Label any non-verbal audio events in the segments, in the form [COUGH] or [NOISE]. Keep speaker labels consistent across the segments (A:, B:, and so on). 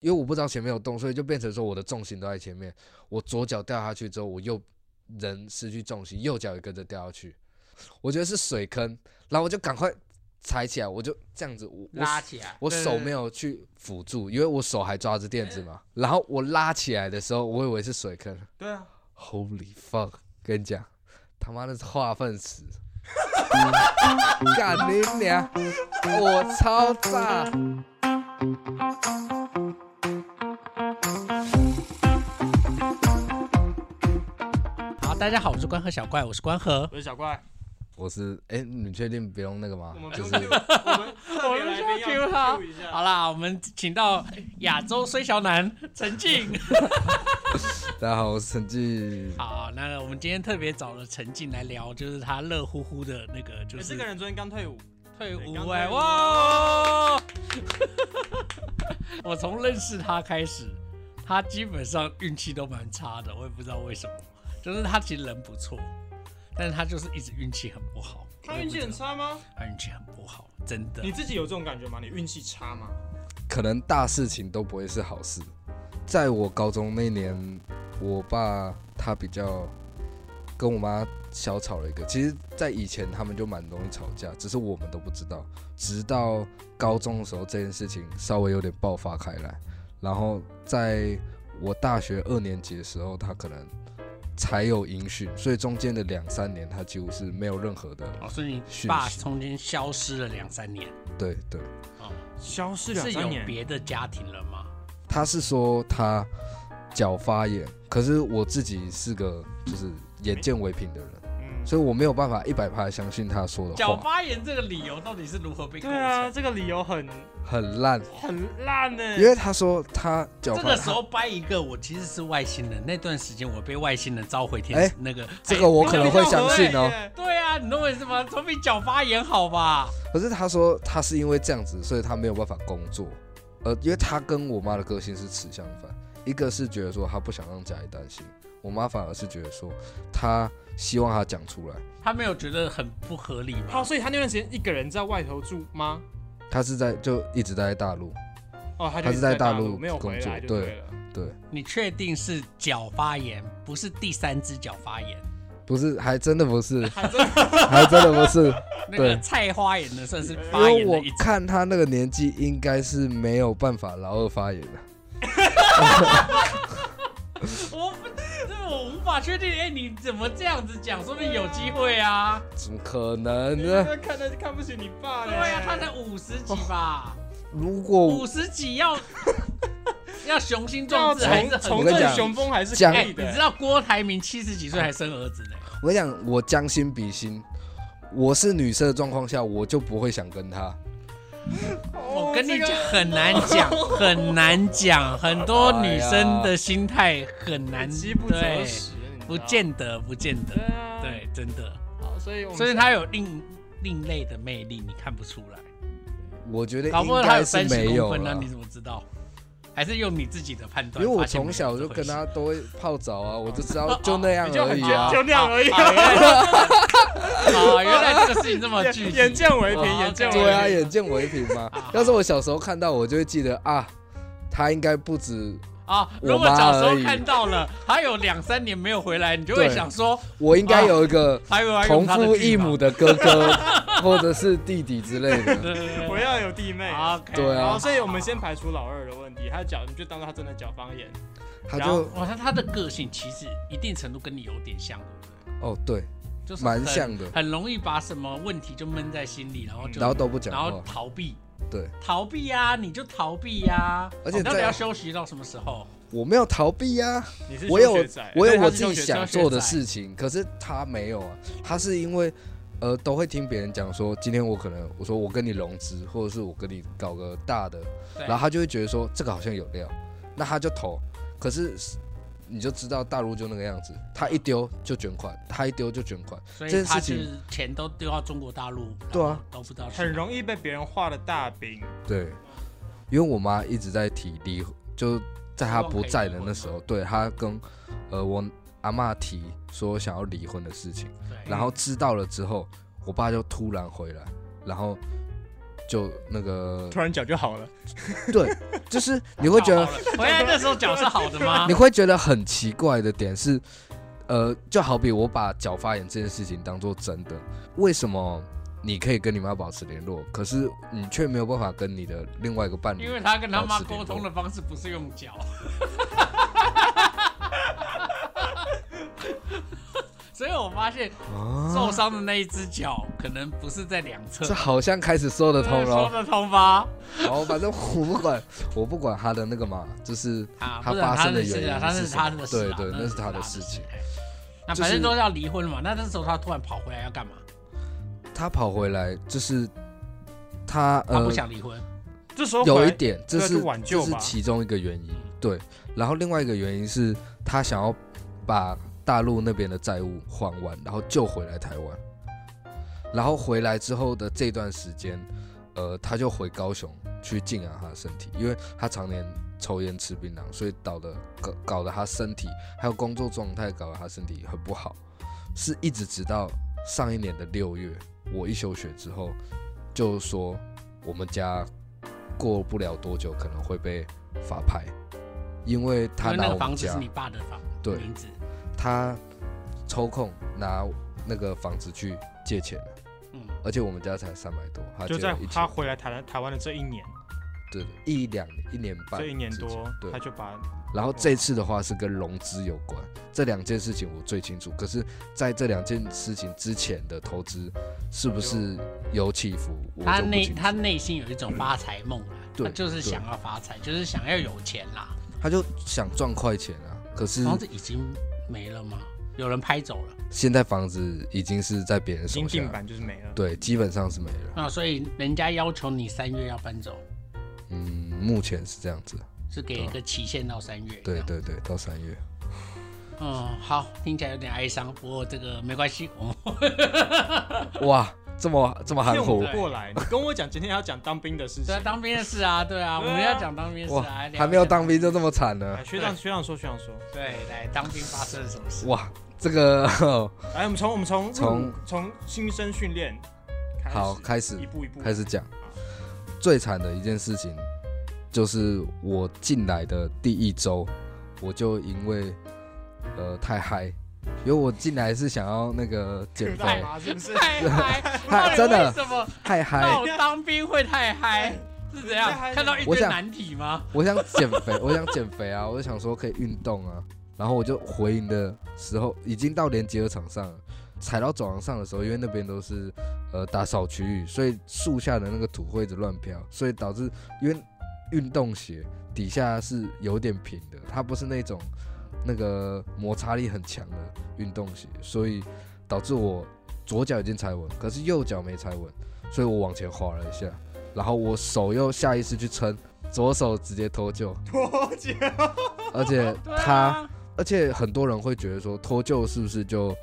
A: 因为我不知道前面有动，所以就变成说我的重心都在前面。我左脚掉下去之后，我右人失去重心，右脚也跟着掉下去。我觉得是水坑，然后我就赶快踩起来，我就这样子，我我
B: 拉起来，
A: 我
B: 对
A: 手没，有去辅助，因为我手还抓着垫子嘛。然后我拉起来的时候，我以为是水坑
B: 对对啊，
A: ，Holy fuck！跟你讲，他妈的是化粪
B: [LAUGHS]
A: 池，干你娘！我超炸！
C: 好，大家好，我是关河小怪，我是关河。
B: 我是小怪，
A: 我是哎、你确定不用那个吗
B: 我们？
A: [LAUGHS] 就是
B: 不用我们特别来宾要
C: 我们需要 cue 他
B: cue 一下
C: 好啦，我们请到亚洲虽小
B: [LAUGHS]
C: 男陈静。
A: 大家好，我是陈记。
C: 好，那我们今天特别找了陈静来聊，就是他乐乎乎的那个，就
B: 可
C: 是
B: 哎这个人昨天刚退伍，
C: 退
B: 对
C: 伍
B: 刚
C: 哎、
B: 退伍
C: 哇！ [LAUGHS] 我从认识他开始，他基本上运气都蛮差的，我也不知道为什么。就是他其实人不错，但是他就是一直运气很不好。
B: 他运气很，差吗？
C: 他运气很不好，真的
B: 你。自己有这种感觉吗？你运气差吗？
A: 可能大事情都不会是好事。在我高中那年，我爸他比较跟我妈小吵了一个。其实，在以前他们就蛮容易吵架，只是我们都不知道。直到高中的时候，这件事情稍微有点爆发开来。然后，在我大学二年级的时候，他可能才有音讯，所以中间的两三年，他几乎是没有任何的。
C: 哦，所以
A: 是
C: 你爸
A: 是
C: 中间消失了两三年，
A: 对对，
C: 哦，
B: 消失
C: 是有别的家庭了吗？
A: 他是说他脚发炎，可是我自己是个就是眼见为凭的人，
B: 嗯，
A: 所以我没有办法一百趴相信他说的
C: [LAUGHS] 脚
A: 话，
C: 发炎这个理由到底是如何被构
B: 对
C: 成？
B: 啊，这个理由很
A: 很烂。
B: 很烂呢，
A: 因为他说他脚
C: 这
A: 发
C: 个时候掰一个，我其实是外星人。那段时间我被外星人召回天
A: 哎
C: 使，那个
A: 这个我
C: 哎
A: 可能会相信哦
B: 比较合欸。
C: [LAUGHS] 对啊，你认为什么？总比脚发炎好吧？
A: 可是他说他是因为这样子，所以他没有办法工作，呃，因为他跟我妈的个性是持相反，一个是觉得说他不想让家里担心，我妈反而是觉得说他希望他讲出来，
C: 他没有觉得很不合理
B: 好，
C: 吗？
B: 所以他那段时间一个人在外头住吗？
A: 他是在就一直待在大陆，
B: 哦，
A: 他
B: 他就是一直
A: 在
B: 在
A: 大
B: 陆
A: 陆
B: 没有回
A: 工作
B: 来就
A: 对
B: 对了。
A: 对，
C: 你确定是脚发炎，不是第三只脚发炎？
A: 不是，还真的不是，
B: 他真的
A: 还真的不是。
C: 那个
A: 对
C: 菜花炎的算是
A: 因
C: 发
A: 为
C: 炎
A: 我
C: 的一种。
A: 看他那个年纪，应该是没有办法老二发炎的。
C: 我不，这我无法确定。哎、你怎么这样子讲？说明有机会啊。
A: 怎么可能呢？
B: 真的看他看不起你爸
C: 对
B: 嘞。
C: 啊，他才五十几吧，
A: 如果
B: 哦
C: 五十几要 [LAUGHS] 要雄心
B: 要
C: 壮志还是
B: 重
C: 很
B: 重
A: 我跟你
B: 振
A: 讲
B: 哎雄风还是
A: 讲
B: 可
C: 哎、
B: 以
C: 你知
B: 的。
C: 道郭台铭七十几岁还生儿子呢？
A: 我跟你讲，我将心比心，我是女生的状况下，我就不会想跟他。
C: 我跟你
B: 哦
C: 讲
B: 这个，
C: 很难讲，很难讲，很多女生的心态很难，
B: 饥不择
C: 对，
B: 食，你知道
C: 不见得，不见
B: 对
C: 得，
B: 啊，
C: 对，真的，
B: 好，所以我们
C: 所以他有另另类的魅力，你看不出来，
A: 我觉得
C: 搞不好
A: 应
C: 他
A: 该
C: 有
A: 是
C: 三十
A: 没
C: 公
A: 有
C: 分呢、
A: 了
C: 你，怎么知道？还是用你自己的判
A: 因
C: 断？
A: 为我
C: 发现
A: 从
C: 没有
A: 小就
C: 这回
A: 跟
C: 事哦
A: 他都会泡澡
C: [LAUGHS]
A: 啊，我就知道就那样
B: 你就
A: 而
B: 很
A: 已
B: 觉
A: 啊
B: 得。就那样而已。
C: 啊，原来啊原来这个事情这么具
B: 眼 [LAUGHS]
C: 体，
B: 眼见为凭，
C: 哦
B: 眼见为凭。
A: 对啊，眼见为凭嘛
C: 啊。
A: 要是我小时候看到，我就会记得啊，他应该不止
C: 啊！
A: 我
C: 如果
A: 妈
C: 小时候
A: 而已
C: 看到了，他有两三年没有回来，你就会
A: 对
C: 想说，
A: 我，应
C: 啊
A: 该有一个
C: 还有
A: 同父异母的哥哥或者是弟弟之类的。
B: 我要有弟妹。
C: OK，
A: 对啊
B: 好，所以我们先排除老二的问题，他脚你就当做他真的脚方言。
A: 他
B: 然后
A: 就
C: 哇，他他的个性其实一定程度跟你有点像，对不对？
A: 哦，对，
C: 就是
A: 蛮
C: 很
A: 像的
C: 很容易把什么问题就闷在心里，然后就
A: 然后都不讲
C: 然后
A: 话，
C: 逃避，
A: 对，
C: 逃避呀、你就逃避呀、
A: 而且
C: 你到底
A: 在
C: 要休息到什么时候？
A: 我没有逃避呀、
B: 你是
A: 我有
B: 休学仔
A: 我有
B: 对
A: 我
B: 他
A: 自
B: 是
A: 己
B: 休学
A: 想
B: 生
A: 做的事情，可是他没有啊，他是因为呃都会听别人讲说，今天我可能我说我跟你融资，或者是我跟你搞个大的，
C: 对
A: 然后他就会觉得说这个好像有料，那他就投，可是。你就知道大陆就那个样子，他一丢就卷款，他一丢就卷款，这
C: 所以
A: 件
C: 他
A: 事
C: 就
A: 情
C: 是钱都丢到中国大陆，
A: 对啊
C: 然后都不知道去
B: 很容易被别人画的大饼。
A: 对，因为我妈一直在提离婚，就在她不在的那时候，对她跟呃我阿嬷提说想要离婚的事情，
C: 对
A: 然后知道了之后，我爸就突然回来，然后就那
C: [LAUGHS]
A: 个
B: 突然脚就好了。
A: 对，就是你会觉得
C: 好了回来那时候脚是好的吗
A: 你？会觉得很奇怪的点是，呃，就好比我把脚发炎这件事情当做真的，为什么你可以跟你妈保持联络，可是你却没有办法跟你的另外一个伴侣
C: 因？为他跟他
A: 保
C: 妈
A: 持联络
C: 沟通的方式不是用脚，
A: [LAUGHS]
C: 所以我发现受
A: 啊，
C: 伤的那一只脚可能不是在两侧 [LAUGHS]
A: 这，好像开始说得通
C: 说
A: 了。
C: 嗯得通吧？
A: 好，反正我不管，我不管他的那个嘛，就是
C: 啊，
A: 他
C: 不是
A: 发生
C: 的
A: 原
C: 事啊，
A: 因
C: 他是
A: 什么
C: 他的事
A: 对
C: 啊，
A: 对，那
C: 那
A: 是他的
C: 的
A: 事情。。
C: 哎那
A: 就
C: 反正
A: 是
C: 都要离婚了嘛，那那时候他突然跑回来要干嘛？
A: 他跑回来就是他
C: 他
A: 呃
C: 不，想离婚，
B: 这时候
A: 有一
B: 回
A: 点，这
B: 对啊
A: 是
B: 就挽
A: 这
B: 救
A: 是
B: 吧
A: 其中一个原因，对。然后另外一个原因是他想要把大陆那边的债务还完，然后救回来台湾。然后回来之后的这段时间，呃，他就回高雄去静养他的身体，因为他常年抽烟吃槟榔，所以搞得搞搞得他身体还有工作状态搞得他身体很不好，是一直直到上一年的六月，我一休学之后，就说我们家过不了多久可能会被法拍，因为他
C: 因为
A: 拿
C: 那
A: 我
C: 个房
A: 们
C: 子
A: 家
C: 是你爸的房
A: 对
C: 名字，
A: 他抽空拿那个房子去借钱了，
C: 嗯，
A: 而且我们家才三百多，他
B: 就
A: 借
B: 在
A: 啊了一
B: 他
A: 千，
B: 回来台湾台湾的这一年，
A: 对，一两年一年半，
B: 这一年多，
A: 对
B: 他就把
A: 然后这次的话是跟融资有关，这两件事情我最清楚。可是在这两件事情之前的投资是不是有起伏，我
C: 他
A: 就不
C: 内
A: 清楚。
C: 他内心有一种发财梦啊，
A: 对
C: 他就是
A: 对
C: 想要发财，就是想要有钱啦。
A: 他就想赚快钱啊，可是
C: 房子已经没了吗？有人拍走了，
A: 现在房子已经是在别人
B: 已
A: 手
B: 经定
A: 下，
B: 版就是没了。
A: 对，基本上是没了。
C: 那所以人家要求你三月要搬走，
A: 嗯，目前是这样子。
C: 是给一个期限到三月。
A: 啊对
C: 这
A: 对
C: 样，
A: 对，到三月。
C: 嗯，好，听起来有点哀伤，不过这个没关系，我们
A: 哇，这么这么含
B: 骗
A: 糊
B: 我。过来，你跟我讲今天要讲当兵的事
C: 对啊
B: 情。
C: 当兵的事啊，对啊，我
B: 对啊
C: 们要讲当兵的事
A: 哇
C: 啊，，
A: 还没有当兵就这么惨呢
B: 哎，。学长学长说学长说，
C: 对，来当兵发生了什么事？
A: 哇，这个 [LAUGHS]
B: 来我们从我们从
A: 从
B: 从新生训练开始
A: 好开始
B: 一步一步
A: 开始讲。最惨的一件事情就是我进来的第一周，我就因为呃太嗨，因为我进来是想要那个减
B: 大
A: 肥，
B: 麻是不是？
C: 太 [LAUGHS] 嗨，到底
A: 真的
C: 为什么
A: 太嗨，
C: 到当兵会太嗨？是怎样
B: 太嗨？了
C: 看到一
A: 我
C: 堆
A: 想
C: 难题吗？
A: 我想减肥，我想减肥啊，我就想说可以运动啊，然后我就回营的时候已经到连集合场上了。踩到走廊上的时候，因为那边都是呃打扫区域，所以树下的那个土会一直乱飘，所以导致因为运动鞋底下是有点平的，它不是那种那个摩擦力很强的运动鞋，所以导致我左脚已经踩稳，可是右脚没踩稳，所以我往前滑了一下，然后我手又下意识去撑，左手直接脱臼，
B: 脱臼，
A: 而且
C: 对
A: 他。
C: 啊，
A: 而且很多人会觉得说脱臼是不是就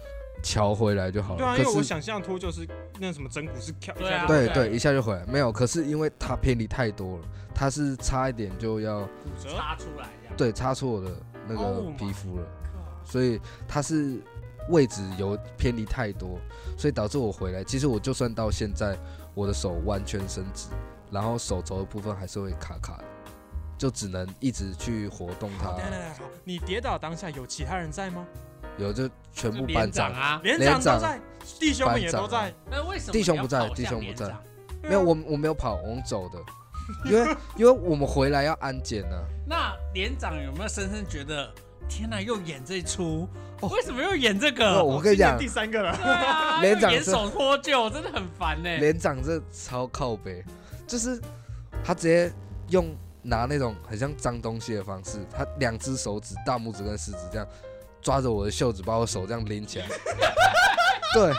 A: 瞧回来就好了？
B: 对啊，因为
A: 哦可
B: 我
A: 是
B: 想象脱就是那什么整骨是跳，
C: 对啊
B: 一下就
A: 对
C: 对
A: 对，一下就回来没有。可是因为他偏离太多了，他是差一点就要
B: 骨折。
C: 插出来这样。
A: 对插错我的那个
B: Oh my
A: 皮肤了所以他是位置有偏离太多，所以导致我回来。其实我就算到现在，我的手完全伸直，然后手肘的部分还是会卡卡的，就只能一直去活动它
B: 好，等，等等等，好你跌倒当下有其他人在吗？
A: 有就全部
C: 就
A: 班
C: 连
A: 长
C: 长啊，
B: 连
A: 连
B: 长
A: 长
B: 都在，弟兄们也都在。
C: 那为什么
A: 弟兄
C: 你要
A: 不在
C: 跑向
A: 弟兄不
C: 连
A: 在
C: 长
A: 没有，我我没有跑，我用走的， [LAUGHS] 因为因为我们回来要安检啊呢、
C: 那连长有没有深深觉得，天哪，又演这出？
A: 哦
C: 为什么又演这
A: 那
C: 个？
A: 我跟你
B: 嗯啊
A: 讲，
B: 今天第三个了。
C: 对啊，
A: 连长
C: 又演
A: 是
C: 手脱臼，真的很烦呢、
A: 连长这超靠北，就是他直接用拿那种很像脏东西的方式，他两只手指大拇指跟食指这样抓着我的袖子，把我手这样拎起来。 [LAUGHS] 对，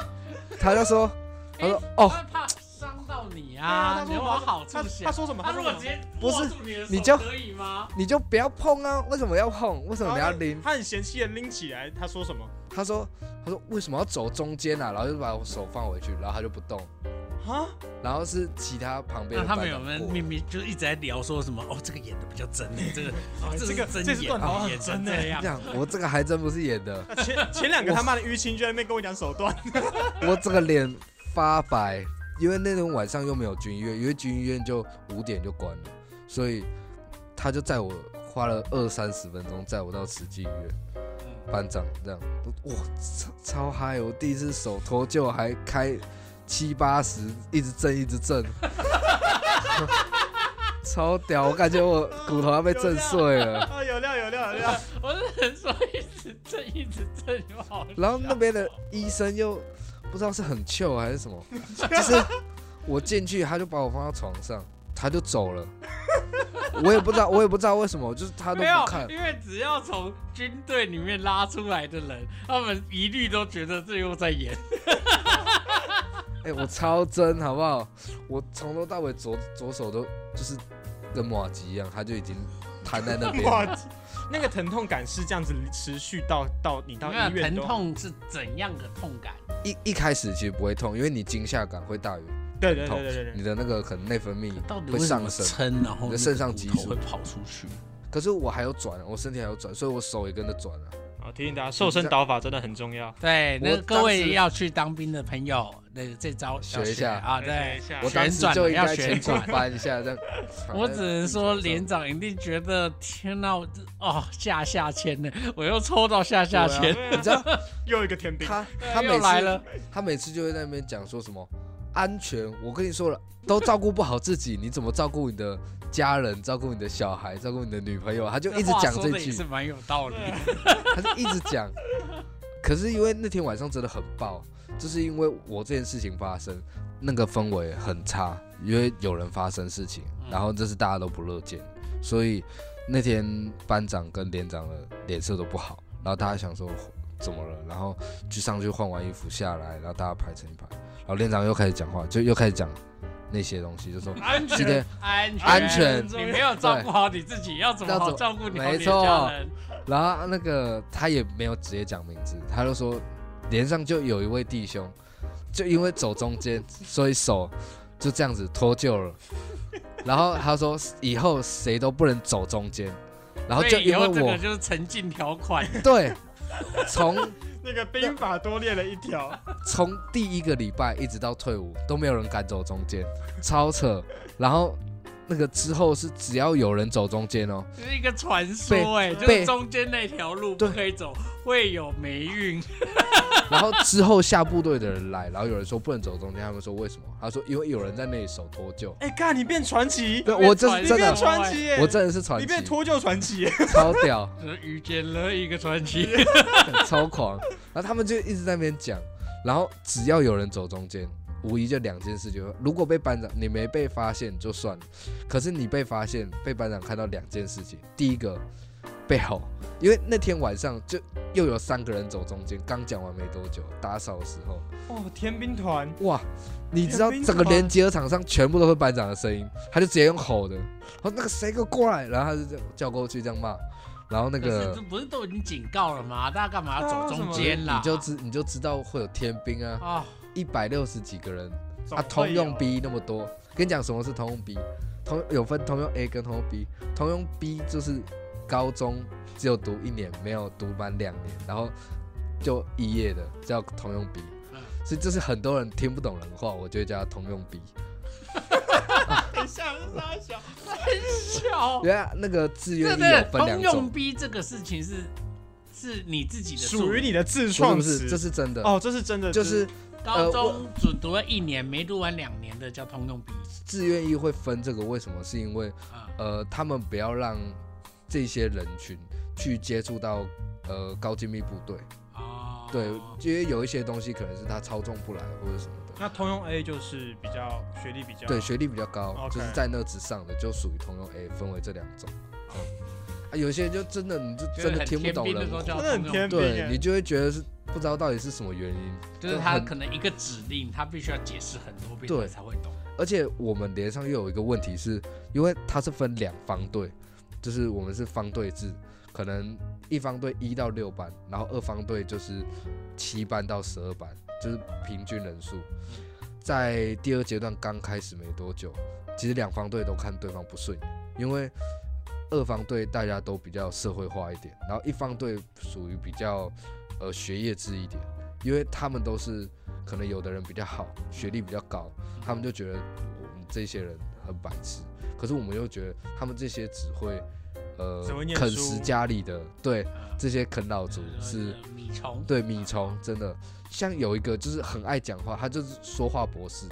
A: 他就说，他说
C: 哎
A: 哦，
C: 他怕伤到你
B: 对
C: 啊，
B: [LAUGHS] 他
C: 你要
B: 说
C: 往
B: 我
C: 好
B: 他
C: 处
B: 他
C: 想。啊
B: 说什么？
C: 他如果
B: 说
C: 直
B: 什么
C: 接
A: 不是
C: 握住你的手，
A: 你就
C: 可以吗？
A: 你就不要碰啊，为什么要碰？为什么你要
B: 然后
A: 拎？
B: 他很嫌弃的拎起来，他说什么？
A: 他说，他说为什么要走中间啊？然后就把我手放回去，然后他就不动。
B: 啊？
A: 然后是其他旁边
C: 那
A: 的
C: 他
A: 班
C: 们有
A: 长
C: 没有
A: 过来
C: 明明就一直在聊说什么？哦，这个演的比较真，这
B: [LAUGHS]
C: 个哦
B: 哎
C: 这
B: 这个
C: 个是真哦
B: 这次
C: 演，
B: 段好像
C: 演
B: 很
C: 成
B: 真欸
C: 这样
B: [LAUGHS]
A: 这。样，我这个还真不是演的， [LAUGHS]
B: 那前前两个他妈的淤青就在那边跟我讲手段，
A: 我这个脸发白，因为那天晚上又没有军医院，因为军医院就五点就关了，所以他就载我花了二三十分钟载我到慈济医院。
C: 嗯
A: 班长这样，哇，超超嗨！我第一次手脱臼还开七八十，一直震一直
C: [LAUGHS]
A: 震，超屌！我感觉我骨头要被震碎了。
B: 啊，有料有料有料，
A: [LAUGHS]
C: 我是很说一直震一直震就好了。
A: 然后那边的医生又不知道是很糗还是什么，就是我进去他就把我放到床上，他就走了。我也不知道，我也不知道为什么，就是他都
C: 没
A: 不
C: 有
A: 看，。
C: 因为只要从军队里面拉出来的人，他们一律都觉得这又在演。
A: 哎、我超真，好不好？我从头到尾左左手都就是跟马吉一样，他就已经瘫在那边。
B: 哇，那个疼痛感是这样子持续到到你到
C: 那
B: 医院
C: 疼
B: 都，
C: 痛是怎样的痛感？
A: 一一开始其实不会痛，因为你惊吓感会大于
B: 对对
A: 痛
B: 对对对，对
A: 你的那个可能内分泌
C: 到底
A: 会
C: 为什
A: 上
C: 么
A: 升。
C: 撑，然后
A: 你的肾上激素
C: 那个骨头会跑出去？
A: 可是我还有转，我身体还有转，所以我手也跟着转啊。
B: 好，提醒大家，瘦身导法真的很重要。
C: 对，
A: 我
C: 那
A: 当时
C: 各位要去当兵的朋友，那个这招要
A: 学一下
C: 啊，
B: 哎
C: 对
B: 一。下
A: 我当时
C: 旋转
A: 就应
C: 要
A: 该
C: 旋
A: 前
C: 转
A: 转翻一下这样。
C: [LAUGHS] 我只能说，连
A: 连
C: 长一定觉得天哪，我这哦下下签呢，我又抽到下下签，
A: 你
B: 对
A: 知道
B: 啊， [LAUGHS] 又一个天兵，
A: 他 [LAUGHS] 他每
C: 又
A: 次
C: 来了，
A: 他每次就会在那边讲说什么安全，我跟你说了，都照顾不好自己，你怎么照顾你的家人，照顾你的小孩，照顾你的女朋友？他就一直讲
C: 话说
A: 这
C: 的也
A: 句
C: 是，蛮有道理
B: 对
C: 的。
B: 啊
A: 他就一直讲。可是因为那天晚上真的很爆，就是因为我这件事情发生，那个氛围很差，因为有人发生事情，然后这是大家都不乐见，所以那天班长跟连长的脸色都不好，然后大家想说怎么了，然后就上去换完衣服下来，然后大家排成一排，然后连长又开始讲话，就又开始讲那些东西，就说 [LAUGHS]
B: 安
A: 今天
B: 全，
C: 安全，
A: 安全
C: 你没有照顾好你自己，要怎么好照顾你好
A: 没
C: 你的
A: 错
C: 家人？
A: 然后那个他也没有直接讲名字，他就说连上就有一位弟兄，就因为走中间，所以手就这样子脱臼
C: [LAUGHS]
A: 了。然后他说以后谁都不能走中间，然后就
C: 所以以
A: 因为
C: 后这
A: 我
C: [LAUGHS] 个就是沉浸条
A: [LAUGHS]
C: 款，
A: 对从
B: 那个兵法多练了一条，
A: 从第一个礼拜一直到退伍都没有人敢走中间，超扯。然后那个之后是只要有人走中间哦，
C: 这是一个传说哎，
B: 被
C: 就是
A: 被
C: 中间那条路不
A: 对
C: 可以走，会有霉运。
A: 然后之后下部队的人来，然后有人说不能走中间，他们说为什么？他说因为有人在那里手脱臼。
B: [LAUGHS] 哎，看你变传奇，
A: 对，我这是
B: 你
A: 真
B: 变
A: 的，
B: 传奇耶，
A: 我真的是传
B: 你
A: 奇，
B: 变脱臼传奇耶，
A: 超屌， [LAUGHS]
C: 就是遇见了一个传奇，
A: 超狂。然后他们就一直在那边讲，然后只要有人走中间，无疑就两件事就会，如果被班长你没被发现就算了，可是你被发现，被班长看到两件事情，第一个被吼，因为那天晚上就又有三个人走中间，刚讲完没多久，打扫的时候，
B: [LAUGHS] 哦，天兵团，
A: 哇，你知道
B: 天兵
A: 整个
B: 团
A: 连接场上全部都是班长的声音，他就直接用吼的，哦那个谁给我过来，然后他就这样叫过去这样骂，然后那
C: 可 [LAUGHS] 是
A: 个
C: 这不是都已经警告了吗？大家干嘛要走中间啦？
A: 啊你就知你就知道会有天兵啊，
C: 啊，
A: [LAUGHS] 一百六十几个人
B: 总
A: 啊，通
B: 会有
A: 用 B 那么多，跟你讲什么是通用 B，通有分通用 A 跟通用 B，通用 B 就是高中只有读一年，没有读满两年，然后就肄业的叫通用 B，
C: 嗯
A: 所以就是很多人听不懂人话，我就会叫他通用 B。
B: 等一下，我傻笑，
C: 很小。
A: 原来那个志愿
C: 这
A: 役
C: 个
A: 有分
C: 通
A: 两
C: 用
A: 种，
C: 逼这个事情是是你自己的错
B: 属于你的自
A: 不是
B: 创
A: 不是，
B: 词，
A: 这是真的，
B: 哦，这是真的，
A: 就是
C: 高中只读了一年，没读完两年的叫通用逼
A: 志愿役会分这个，为什么？是因为
C: 啊。
A: 呃，他们不要让这些人群去接触到呃高精密部队，
C: 哦，
A: 对，因为有一些东西可能是他操纵不来或者什么的。
B: 那通用 A 就是比较学历比较
A: 对，学历比较高
B: OK
A: 就是在那之上的就属于通用 A，分为这两种。嗯啊，有些人就真的你就
C: 就是
A: 真的
C: 哦很
A: 听不
C: 天
A: 懂
C: 兵
A: 人
C: 的
A: 话
C: 时，候
B: 真
C: 叫
B: 的很
C: 通用
B: 天
C: 逼，
B: 兵
A: 对你
B: 耶，
A: 就会觉得是不知道到底是什么原因。
C: 就是他可能一个指令，他必须要解释很多遍
A: 对
C: 他才会懂。
A: 而且我们连上又有一个问题是，因为它是分两方队，就是我们是方队制，可能一方队一到六班，然后二方队就是七班到十二班，就是平均人数。在第二阶段刚开始没多久，其实两方队都看对方不顺眼，因为二方队大家都比较社会化一点，然后一方队属于比较呃学业制一点，因为他们都是可能有的人比较好，学历比较高，他们就觉得我们这些人很白痴，可是我们又觉得他们这些只会呃
B: 只会念
A: 啃
B: 书啊
A: 食家里的，对
C: 嗯
A: 这些啃老族
C: 呃
A: 是。
C: 米虫，
A: 对米虫真的，像有一个就是很爱讲话，他就是说话博士，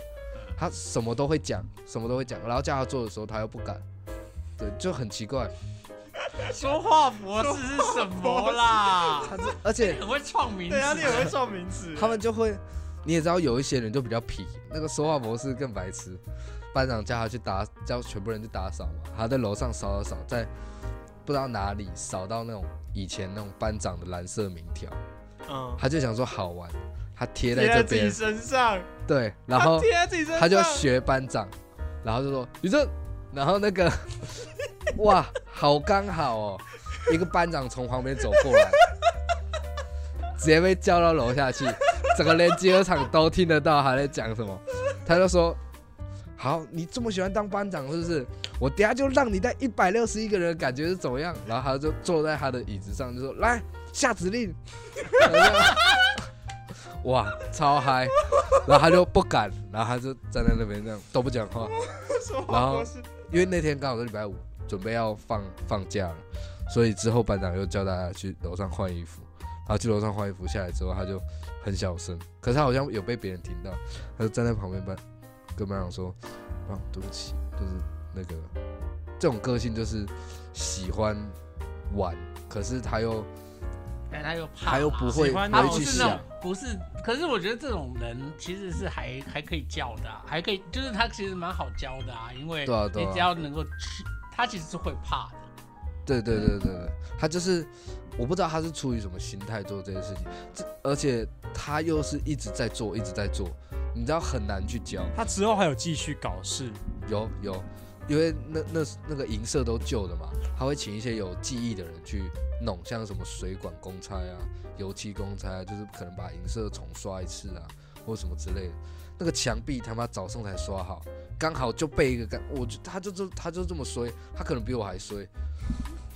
A: 他什么都会讲，什么都会讲，然后叫他做的时候他又不敢，对，就很奇怪。
C: 说话博士是什么啦？
A: 他这而且
C: 很会创名字
B: 对啊，你也会创名字。
A: 他们就会，你也知道有一些人就比较皮，那个说话博士更白痴。班长叫他去打，叫全部人去打扫嘛，他在楼上扫扫扫，在不知道哪里扫到那种以前那种班长的蓝色名条，
B: 嗯，
A: 他就想说好玩，他贴在
B: 贴
A: 这
B: 在自己
A: 边，
B: 身上，
A: 对，然后
B: 他贴在自己身上，
A: 他就学班长，然后就说宇正，然后那个哇，好刚好哦，一个班长从旁边走过来，直接被叫到楼下去，整个连集合场都听得到他在讲什么，他就说。好，你这么喜欢当班长是不是？我等下就让你带一百六十一个人的感觉是怎么样？然后他就坐在他的椅子上，就说：“来下指令。 [LAUGHS] 然后就”哇，超嗨！然后他就不敢，然后他就站在那边这样都不讲话，
B: 说
A: 然
B: 话
A: 后
B: 博士，
A: 因为那天刚好是礼拜五，准备要放放假了，所以之后班长又叫大家去楼上换衣服，然后去楼上换衣服下来之后，他就很小声，可是他好像有被别人听到，他就站在旁边班跟班长说：“班长，对不起，就是那个这种个性就是喜欢玩，可是他又
C: 但哎他又怕啦，
A: 他又不会
B: 喜欢
A: 不
C: 他
A: 会
C: 不
A: 去
C: 哎是那
A: 想
C: 种，不是，可是我觉得这种人其实是还还可以教的啊、还可以，就是他其实蛮好教的啊，因为
A: 对啊对
C: 你
A: 啊
C: 只要能够去，他其实是会怕的。
A: 对对对对对，他就是我不知道他是出于什么心态做这件事情，这而且他又是一直在做，一直在做，你知道很难去教。
B: 他之后还有继续搞事，
A: 有有，因为那那那个银色都旧的嘛，他会请一些有技艺的人去弄，像什么水管公差啊、油漆公差啊，就是可能把银色重刷一次啊，或什么之类的。那个墙壁他妈早上才刷好，刚好就被一个干，我就他就这他就这么衰，他可能比我还衰，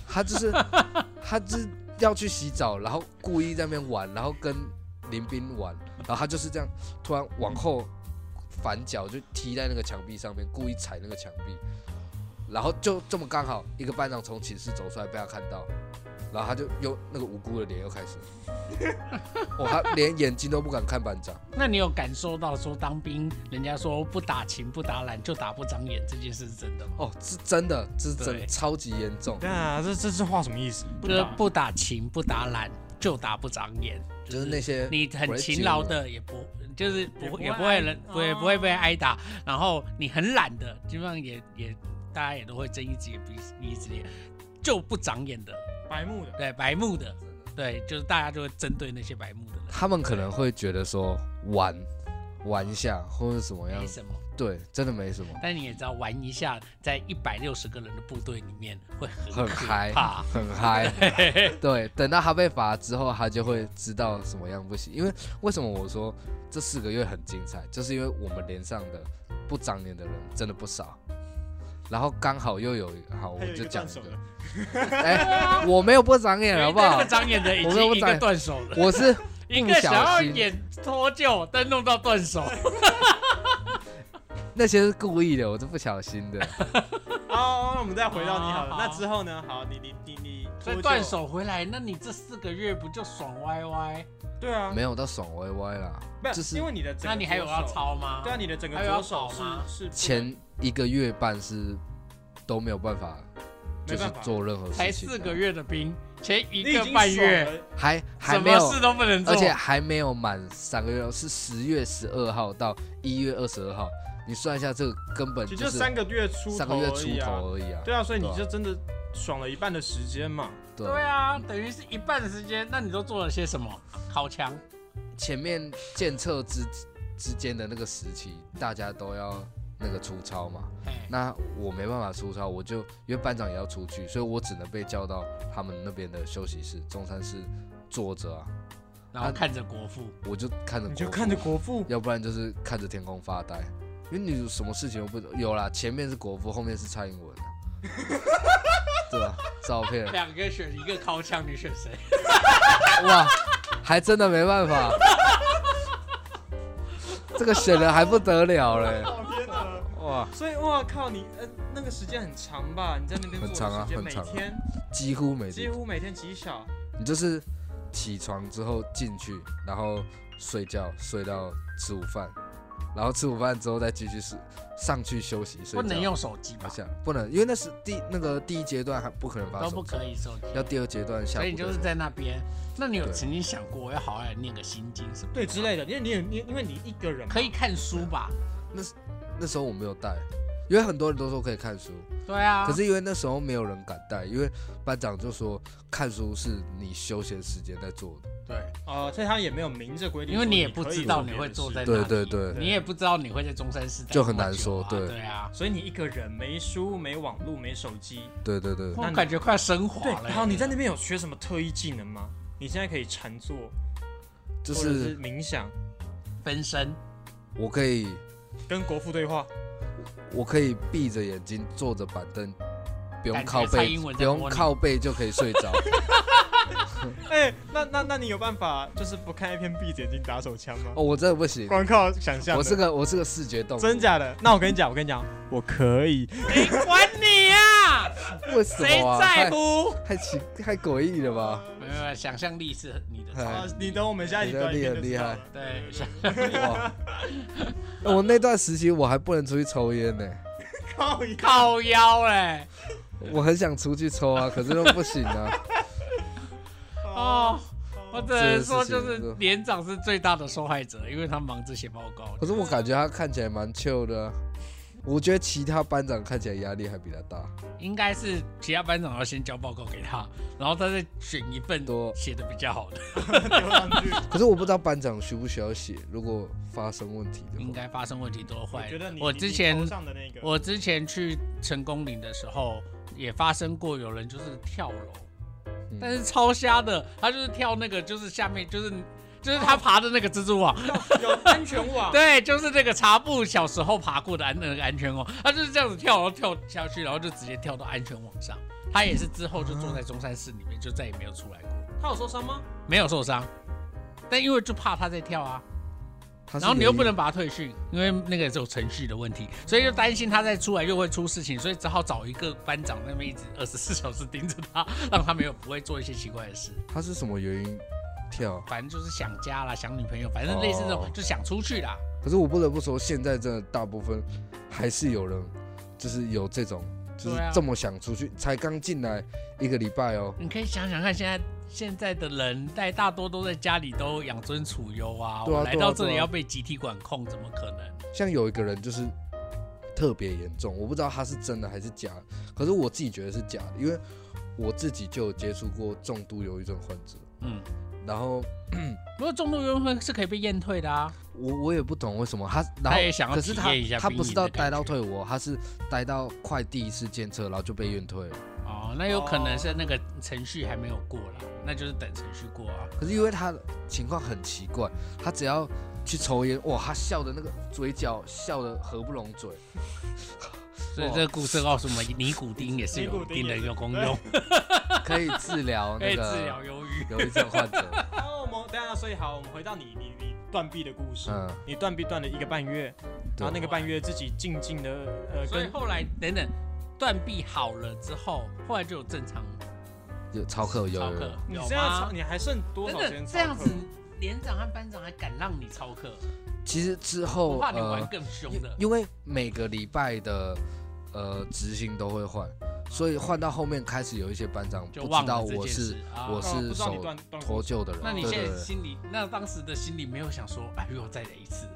A: 他就是 [LAUGHS] 他就是要去洗澡，然后故意在那边玩，然后跟林斌玩，然后他就是这样突然往后反脚就踢在那个墙壁上面，故意踩那个墙壁，然后就这么刚好一个班长从寝室走出来被他看到，然后他就又那个无辜的脸又开
C: [LAUGHS]
A: 始了，哦，他连眼睛都不敢看班长。
C: 那你有感受到说当兵，人家说不打勤不打懒就打不长眼这件事是真的吗？
A: 哦，是真的，这是真的，
C: 对
A: 超级严重，
B: 那啊这这这话什么意思？不
C: 就是
A: 啊
B: 打
C: 不打勤不打懒就打不长眼，
A: 就是那些
C: 你很勤劳
A: 啊
C: 的也不就是不会
B: 也
C: 也
B: 不
C: 不
B: 会
C: 会人
B: 挨
C: 不会
B: 哦
C: 不会被挨打，然后你很懒的，基本上也也大家也都会睁一只眼闭闭一只眼，就不长眼的，
B: 白目的，
C: 对白目的，对就是大家就会针对那些白目的人，
A: 他们可能会觉得说玩玩一下或者怎么样
C: 没，什么。
A: 对，真的没什么，
C: 但你也知道玩一下，在一百六十个人的部队里面会
A: 很
C: 很可
A: 嗨 [LAUGHS]
C: 怕，
A: 很嗨。对，等到他被罚之后，他就会知道什么样不行。因为为什么我说这四个月很精彩，就是因为我们连上的不长眼的人真的不少，然后刚好又有好，我
B: 还有一
A: 就
B: 个
A: 讲
B: 断
A: 一
B: 手
A: 个
B: 的，，
A: 哎、我没有不长眼，好不
C: 因为那
A: 好
C: 个？长眼的已
A: 我没有
C: 经一
A: 长
C: 个
A: 眼
C: 断手
A: [LAUGHS]
C: 了，
A: 我是
C: 一
A: 不
C: 个想
A: 小
C: 要
A: 心，
C: 演脱臼，但弄到断手，
A: 那些是故意的，我是不小心的。
B: 好，哦那我们再回到你好了。
C: 哦好
B: 那之后呢？好，你你你你
C: 所以
B: 脱臼
C: 断，手回来，那你这四个月不就爽歪歪？
B: 对啊，
A: 没有到爽歪歪啦，
B: 不
A: 就是
B: 因为你的整个
C: 那你还有要
B: 左手？
C: 抄吗？
B: 对啊，你的整个
C: 还有
B: 左
C: 要
B: 手
C: 保
B: 是
C: 吗
B: 是不能
A: 前一个月半是都没有办法，就
B: 没
A: 是
B: 办法，
A: 做任何
C: 才
A: 事情的，
C: 四个月的兵，前一
B: 你已
C: 个
B: 经
C: 半
B: 爽
C: 月
B: 了，
A: 还还
C: 什
A: 没
C: 么
A: 有
C: 事都不能做，
A: 而且还没有满三个月，是十月十二号到一月二十二号。你算一下，这个根本
B: 其实
A: 就
B: 就是三个月出
A: 三个
B: 头
A: 月
B: 而
A: 出
B: 已啊。
A: 头而已啊。
B: 对啊，所以你
A: 对啊
B: 就真的爽了一半的时间嘛。
A: 对
C: 对啊，等于是一半的时间，那你都做了些什么？烤墙，
A: 前面建测之之间的那个时期，大家都要那个出操嘛。
C: 哎，
A: 那我没办法出操，我就因为班长也要出去，所以我只能被叫到他们那边的休息室，中山室坐着啊，
C: 然后看着国父，
A: 我就看着
B: 你就
A: 国
B: 看着
A: 父
B: 国父，
A: 要不然就是看着天空发呆，因为你有什么事情都不有啦。前面是国父，后面是蔡英文
C: [LAUGHS]
A: 啊，对吧？照片
C: 两个选一个烤墙，你选谁？
A: 哇，还真的没办法。这个选了还不得了嘞！
B: 哦天哪！
A: 哇，
B: 所以哇靠你，呃，那个时间很长吧？你在那边
A: 很
B: 坐
A: 长啊
B: 的时间
A: 很
B: 每
A: 长啊
B: 天
A: 几乎每
B: 几
A: 天，
B: 乎每天几小，
A: 你就是起床之后进去，然后睡觉，睡到吃午饭，然后吃午饭之后再继续是上去休息睡觉。
C: 不能用手机
A: 啊，
C: 吧？
A: 下不能，因为那是第那个第一阶段还不可能发
C: 都
A: 生，
C: 不可以手机，
A: 要第二阶段下部
C: 所
A: 队。
C: 以你就是在那边。那你有
A: 对
C: 曾经想过我要好好地念个心经什么？
B: 对之。类的，因为你有你因为你一个人嘛
C: 可以看书吧？
A: 那时候我没有带，因为很多人都说可以看书，
C: 对啊。
A: 可是因为那时候没有人敢带，因为班长就说看书是你休闲时间在做的。
C: 对，
B: 哦，所以他也没有明着规定
C: 因
B: 说
C: 为
B: 可以做别的事，
C: 你也不知道你会坐在
A: 对
C: 那里
A: 对对
C: 你也不知道你会在中山市待
A: 就很
C: 多
A: 难
C: 久
A: 说
C: 啊
A: 对
C: 对啊。
B: 所以你一个人没书、没网络、没手机，
A: 对对对，
C: 我
B: 那你
C: 哦感觉快要升华
B: 对
C: 了。，
B: 然后你在那边有学什么特异技能吗？你现在可以禅坐，
A: 就
B: 或者是
A: 是
B: 冥想，
C: 分身，
A: 我可以
B: 跟国父对话。
A: 我可以闭着眼睛坐着板凳，不用
C: 感觉
A: 靠
C: 蔡
A: 背，
C: 英文在
A: 不用
C: 摸你
A: 靠背就可以睡
C: [LAUGHS]
A: 着。
B: [LAUGHS] 哎、那那那你有办法就是不看 A 片闭着眼睛打手枪吗？
A: 哦，我真的不
C: [LAUGHS]
A: 行，
B: 光靠想象的，
A: 我是个我是个视觉动物，
B: 真假的？那我跟你讲，我跟你讲，我可以。
C: 谁管你啊？
A: 为什
C: 谁
A: 么啊？
C: 在
A: 太
C: 乎？
A: 太奇太诡异了吧？
C: 没有，没有想象力是你的
A: 哎
C: 超。
B: 啊，你等我们下一集短片就知道了。
C: 对，想
A: 哇！ [LAUGHS] 我那段时期我还不能出去抽烟呢、
B: 靠一 [LAUGHS] 靠，
C: 靠腰哎嘞。
A: [LAUGHS] 我很想出去抽啊，可是又不行啊。 [LAUGHS]
C: 哦，我只能说就
A: 这个事情
C: 是
A: 是
C: 连长是最大的受害者，因为他忙着写报告。
A: 可是我感觉他看起来蛮 chill 的啊、我觉得其他班长看起来压力还比他大。
C: 应该是其他班长要先交报告给他，然后他再选一份
A: 多
C: 写的比较好的。
B: 丢上去。
A: 可是我不知道班长需不需要写，如果发生问题的
C: 应
A: 话。
C: 该发生问题多
B: 我
C: 坏
B: 觉得你
C: 我之前
B: 你头上的那个，
C: 我之前去成功岭的时候，也发生过有人就是跳楼，
A: 嗯
C: 但是超瞎的，他就是跳那个，就是下面就是就是他爬的那个蜘蛛
B: 哦
C: 网，
B: 有安全 [LAUGHS] 网，
C: 对，就是那个茶布小时候爬过的安那个安全网，他就是这样子跳，然后跳下去，然后就直接跳到安全网上。他也是之后就坐在中山市里面，就再也没有出来过，
B: 他有受伤吗？
C: 没有受伤。但因为就怕他在跳啊，
A: 他是
C: 然后你又不
A: 联
C: 能把他退训，因为那个是有程序的问题，所以就担心他再出来又会出事情，所以只好找一个班长那么一直二十四小时盯着他，让他没有不会做一些奇怪的事。
A: 谊，他是什么原因跳？
C: 反正就是想家啦，想女朋友，反正类似这种、
A: 哦
C: 就想出去啦。
A: 可是我不得不说，现在真的大部分还是有人，就是有这种，就是
C: 对啊
A: 这么想出去，才刚进来一个礼拜哦。
C: 你可以想想看，现在现在的人大大多都在家里都养尊处优啊，
A: 对啊
C: 我来到这
A: 对啊对
C: 里
A: 啊
C: 要被集体管控，怎么可能？
A: 像有一个人就是特别严重，我不知道他是真的还是假的，可是我自己觉得是假的，因为我自己就有接触过重度忧郁症患者，
C: 嗯，
A: 然后
C: 不过重度忧郁症是可以被验退的啊。
A: 我我也不懂为什么他，然后
C: 他也想要
A: 可是他
C: 体验一下
A: 他
C: 兵
A: 不是
C: 营
A: 到
C: 的感
A: 待到
C: 觉
A: 退伍哦，他是待到快第一次监测，然后就被验退了。
C: 哦，那有可能是那个程序还没有过啦，那就是等程序过啊。
A: 可是因为他的情况很奇怪，他只要去抽烟，哇，他笑的那个嘴角笑的合不拢嘴，
C: 所以这个故事告诉我们，尼古丁也是有一定的一个功用，
A: 可以治疗
C: [LAUGHS] 可
A: 那
C: 以哎治疗
A: 个
C: 忧郁。
A: 忧郁症患者。
B: 好，我们等一下，所以好，我们回到你你你断臂的故事，
A: 嗯
B: 你断臂断了一个半月，
A: 对
B: 然后那个半月自己静静的呃
C: 所以
B: 跟
C: 后来等等断臂好了之后，后来就有正常
A: 有超客有
C: 操
A: 有有
C: 课，
B: 你
C: 有
B: 现在超
C: 吗？
B: 你还剩多
C: 等
B: 少时间
C: 等，
B: 操
C: 这样
B: 课
C: 子连长和班长还敢让你操课，
A: 其实之
C: 我
A: 后
C: 怕你
A: 呃
C: 玩更凶
A: 因
C: 的。
A: 因为每个礼拜的呃执行都会换，所以换到后面开始有一些班长
C: 就
A: 不
C: 忘
A: 知
C: 了
A: 道
C: 这件
A: 我是
C: 事啊
A: 我
B: 哦不
A: 是
B: 知道你
A: 手
B: 断断
A: 脱臼的人。
C: 那你
A: 对
C: 现
A: 对
C: 在
A: 对
C: 心里，那当时的心里没有想说，哎呦，再来一
A: [LAUGHS]
C: 次，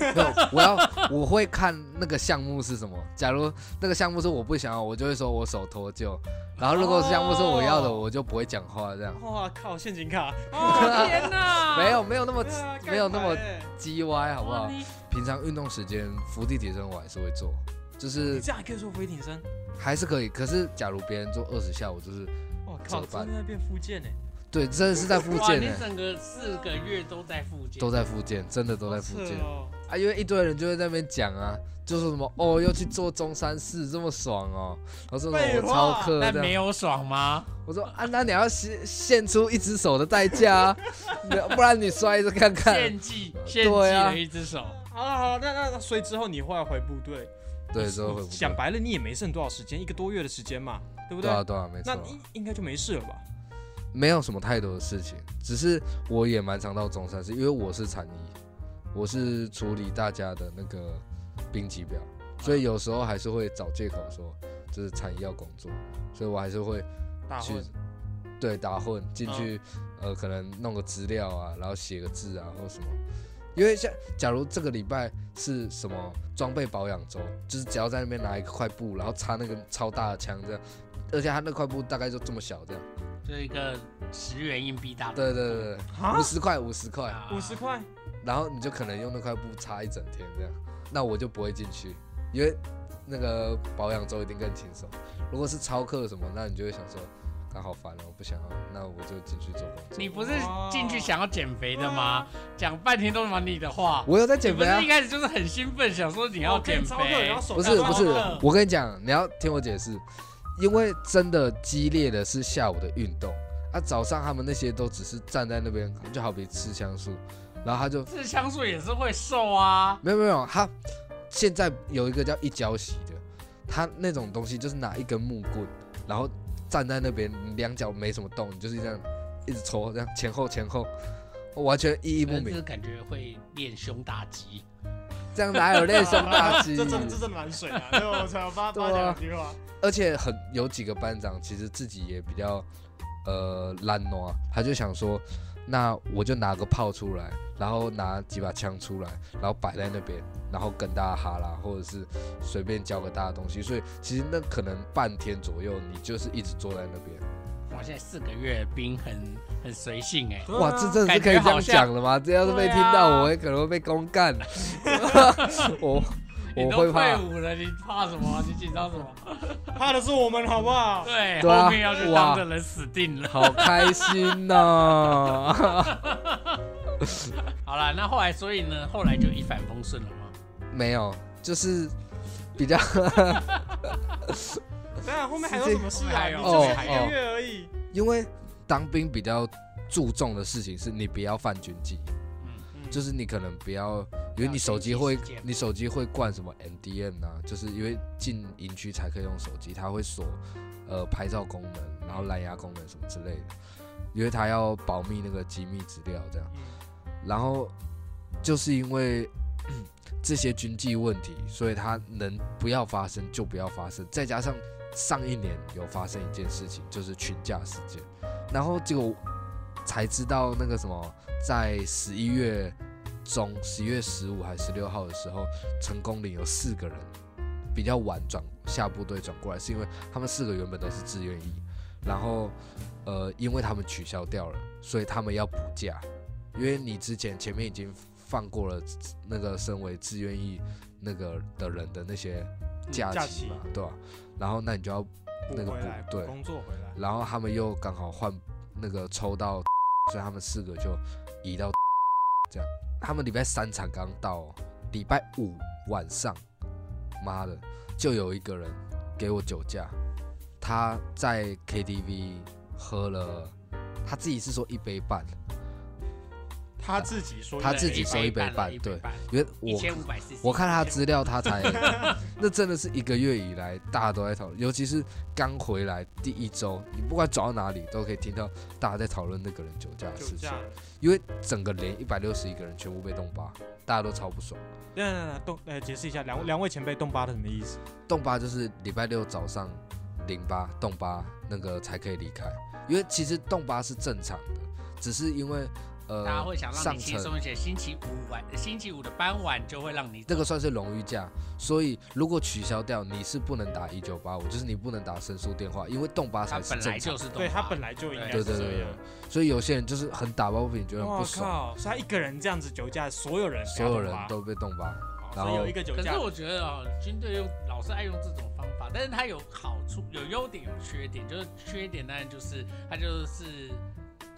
A: 没有，我要我会看那个项目是什么。假如那个项目是我不想要，我就会说我手脱臼。然后如果项目是我要的，
B: 哦
A: 我就不会讲话这样。
B: 哇靠，陷阱卡，
C: 哦天哪，
A: 没有没有那么
B: 对啊
A: 没有那么
B: 干牌欸
A: 鸡歪，好不
C: 哇
A: 好？
C: 哦你
A: 平常运动时间伏地挺身我还是会做，就
B: 你
A: 是
B: 这样还可以做俯卧撑，
A: 还是可以。可是假如别人做二十下，我就是
B: 哇
A: 怎
B: 靠，
A: 么办
B: 真的在变附件哎，
A: 对，真的是在复
C: 哇，
A: 健
C: 你
A: 哎、
C: 整个四个月都在复健，
A: 都在复健，真的都在复健、
B: 是哦，
A: 啊，因为一堆人就会在那边讲啊，就说什么哦，又去做中山市这么爽哦，然后说什么
B: 废
A: 我
B: 话
A: 超客
C: 但
A: 这
C: 没
A: 样，
C: 有爽吗？
A: 我说啊，那你要献献出一只手的代价啊， [LAUGHS] 不然你摔着看看。
C: 献祭，献祭
A: 对啊
C: 了一只手，
B: 好了好了，那那那所以之后你后来回部队，
A: 对，之后会不
B: 想
A: 对
B: 白了你也没剩多少时间，一个多月的时间嘛，对不
A: 对啊，对啊，没
B: 那
A: 错啊，
B: 应应该就没事了吧？
A: 没有什么太多的事情，只是我也蛮常到中山市，因为我是产医，我是处理大家的那个病级表，所以有时候还是会找借口说就是产医要工作，所以我还是会
B: 大
A: 去
B: 混，
A: 对打混进去，呃，可能弄个资料啊，然后写个字啊，或什么。因为像假如这个礼拜是什么装备保养周，就是只要在那边拿一块布，然后插那个超大的枪这样，而且它那块布大概就这么小这样。
C: 就一个十元硬币大的
A: 对对对对，
B: 啊
A: 五十块五十块，
C: 啊
B: 五十块，
A: 然后你就可能用那块布擦一整天这样。那我就不会进去，因为那个保养周一定更轻松。如果是超课什么，那你就会想说，刚好烦了，我不想要，那我就进去做工作。
C: 你不是进去想要减肥的吗？讲半天都是你的话，
A: 我有在
C: 你
A: 减
C: 不
A: 肥
C: 是
A: 啊哦
C: 一，开始就是很兴奋，想说你
B: 你
C: 要减肥，
A: 不
B: 不
A: 是不是
C: 了，
A: 我跟你讲，你要听我解释，因为真的激烈的是下午的运动，啊，早上他们那些都只是站在那边，就好比吃香素，然后他就
C: 吃香素也是会瘦啊。
A: 没有没有，他现在有一个叫一交席的，他那种东西就是拿一根木棍，然后站在那边，你两脚没什么动，你就是这样一直抽，这样前后前后，我完全意义不
C: 可是
A: 明，
C: 感觉会练胸大肌，
A: 这样哪有练胸大肌？
B: [LAUGHS] 这真的这真的蛮水
A: [LAUGHS]
B: 啊！对，我操，八
A: 对
B: 八
A: 啊
B: 讲两句话，
A: 而且很有几个班长其实自己也比较呃懒惰，他就想说，那我就拿个炮出来，然后拿几把枪出来，然后摆在那边，然后跟大家哈拉，或者是随便教给大家东西。所以其实那可能半天左右，你就是一直坐在那边。
C: 哇，现在四个月冰很很随性哎、
A: 啊
B: 嗯
A: 哇，这真的是可以
C: 感
A: 这样
C: 觉好像
A: 讲的吗？这要是被听到，
C: 对啊
A: 我会可能会被公干。我
C: 你
A: 我
C: 都
A: 会
C: 退
A: 怕。
C: 伍了，你怕什么？你紧张什么？
B: 怕的是我们好不 [LAUGHS] 好？
C: 对，
A: 对啊
C: 后面要去当的人死定了。
A: 好开心哦呐、
C: 好啦，那后来所以呢，后来就一帆风顺了吗？
A: [LAUGHS] 没有，就是比较
B: 对啊，后面还有什么事啊？
C: 是这
B: 你
C: 个
B: 就
A: 哦
B: 是一个月而已，
A: 因为当兵比较注重的事情是你不要犯军纪，
B: 嗯
A: 就是你可能不要，因为你手机
C: 要
A: 会
C: 禁忌事件，
A: 你手机会灌什么 MDM 啊，就是因为进营区才可以用手机，它会锁呃拍照功能，然后蓝牙功能什么之类的，因为它要保密那个机密资料这样。
B: 嗯
A: 然后就是因为 [CLEARS THROAT] 这些军纪问题，所以它能不要发生就不要发生。再加上上一年有发生一件事情，就是群架事件，然后结果才知道那个什么，在十一月中，十一月十五还是十六号的时候，成功岭有四个人比较晚转下部队转过来，是因为他们四个原本都是志愿役，然后呃，因为他们取消掉了，所以他们要补假。因为你之前前面已经放过了那个身为志愿役那个的人的那些假
B: 嗯假
A: 期
B: 期
A: 嘛，对吧、然后那你就要，那个
B: 补回来
A: 补对
B: 工作回来，
A: 然后他们又刚好换那个抽到，所以他们四个就移到这样。他们礼拜三才刚到哦、礼拜五晚上，妈的，就有一个人给我酒驾，他在 KTV 喝了，他自己是说一杯半，
B: 他自己说
A: 他自己
C: 收
A: 说一杯半对因为
C: 一
A: 我
C: 千五百四十，
A: 我看他资料，他才那真的是一个月以来大家都在讨论，尤其是刚回来第一周，你不管走到哪里都可以听到大家在讨论那个人酒驾的
B: 酒
A: 事情
B: 驾，，
A: 因为整个连一百六十一个人全部被冻八，大家都超不爽。
B: 等等等等，动呃解释一下，两两位前辈动八的什么意思？
A: 冻八就是礼拜六早上零八冻八那个才可以离开，因为其实冻八是正常的，只是因为呃
C: 大家会想让
A: 上
C: 你轻
A: 层
C: 松一些，星期五晚、星期五的傍晚就会让你
A: 这个算是荣誉假，所以如果取消掉，你是不能打一九八五，就是你不能打申诉电话，因为冻八
C: 他
A: 才是
C: 本来
A: 正常
C: 就。是
B: 对他本
C: 来
B: 来就应该
A: 对
B: 是
A: 对对
B: 这
A: 对
B: 样。，
A: 所以有些人就是很打抱不平，觉得很
B: 我
A: 不爽，
B: 靠！所以他一个人这样子酒驾，所有人
A: 所有人都被冻八。
B: 哦，
A: 然
B: 所
A: 后
B: 以有一个酒
C: 可
B: 驾
C: 是，我觉得哦，军队用老是爱用这种方法，但是它有好处、有优点、有缺点。就是缺点当然就是它就是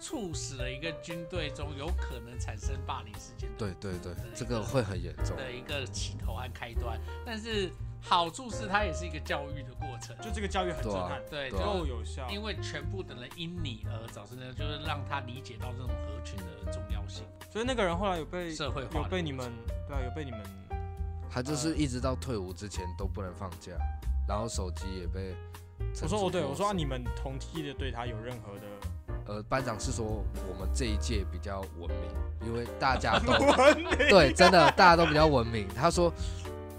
C: 促使了一个军队中有可能产生霸凌事件的
A: 对对对，这个会很严重。
C: 的一个起头和开端。但是好处是它也是一个教育的过程，
B: 就这个教育很震撼，
C: 对，
A: 对啊
C: 就
B: 够有效。
C: 因为全部的人因你而早生的，就是让他理解到这种合群的重要性，
B: 所以那个人后来有被
C: 社会化的
B: 有被你们对啊，有被你们
A: 他
B: 嗯
A: 就是一直到退伍之前都不能放假，然后手机也被
B: 我
A: 惩处过。
B: 说哦，对我说啊，你们同梯的对他有任何的
A: 呃，班长是说我们这一届比较文明，因为大
B: [LAUGHS]
A: 家都
B: 文明？
A: 对，真的大家都比较文明。他说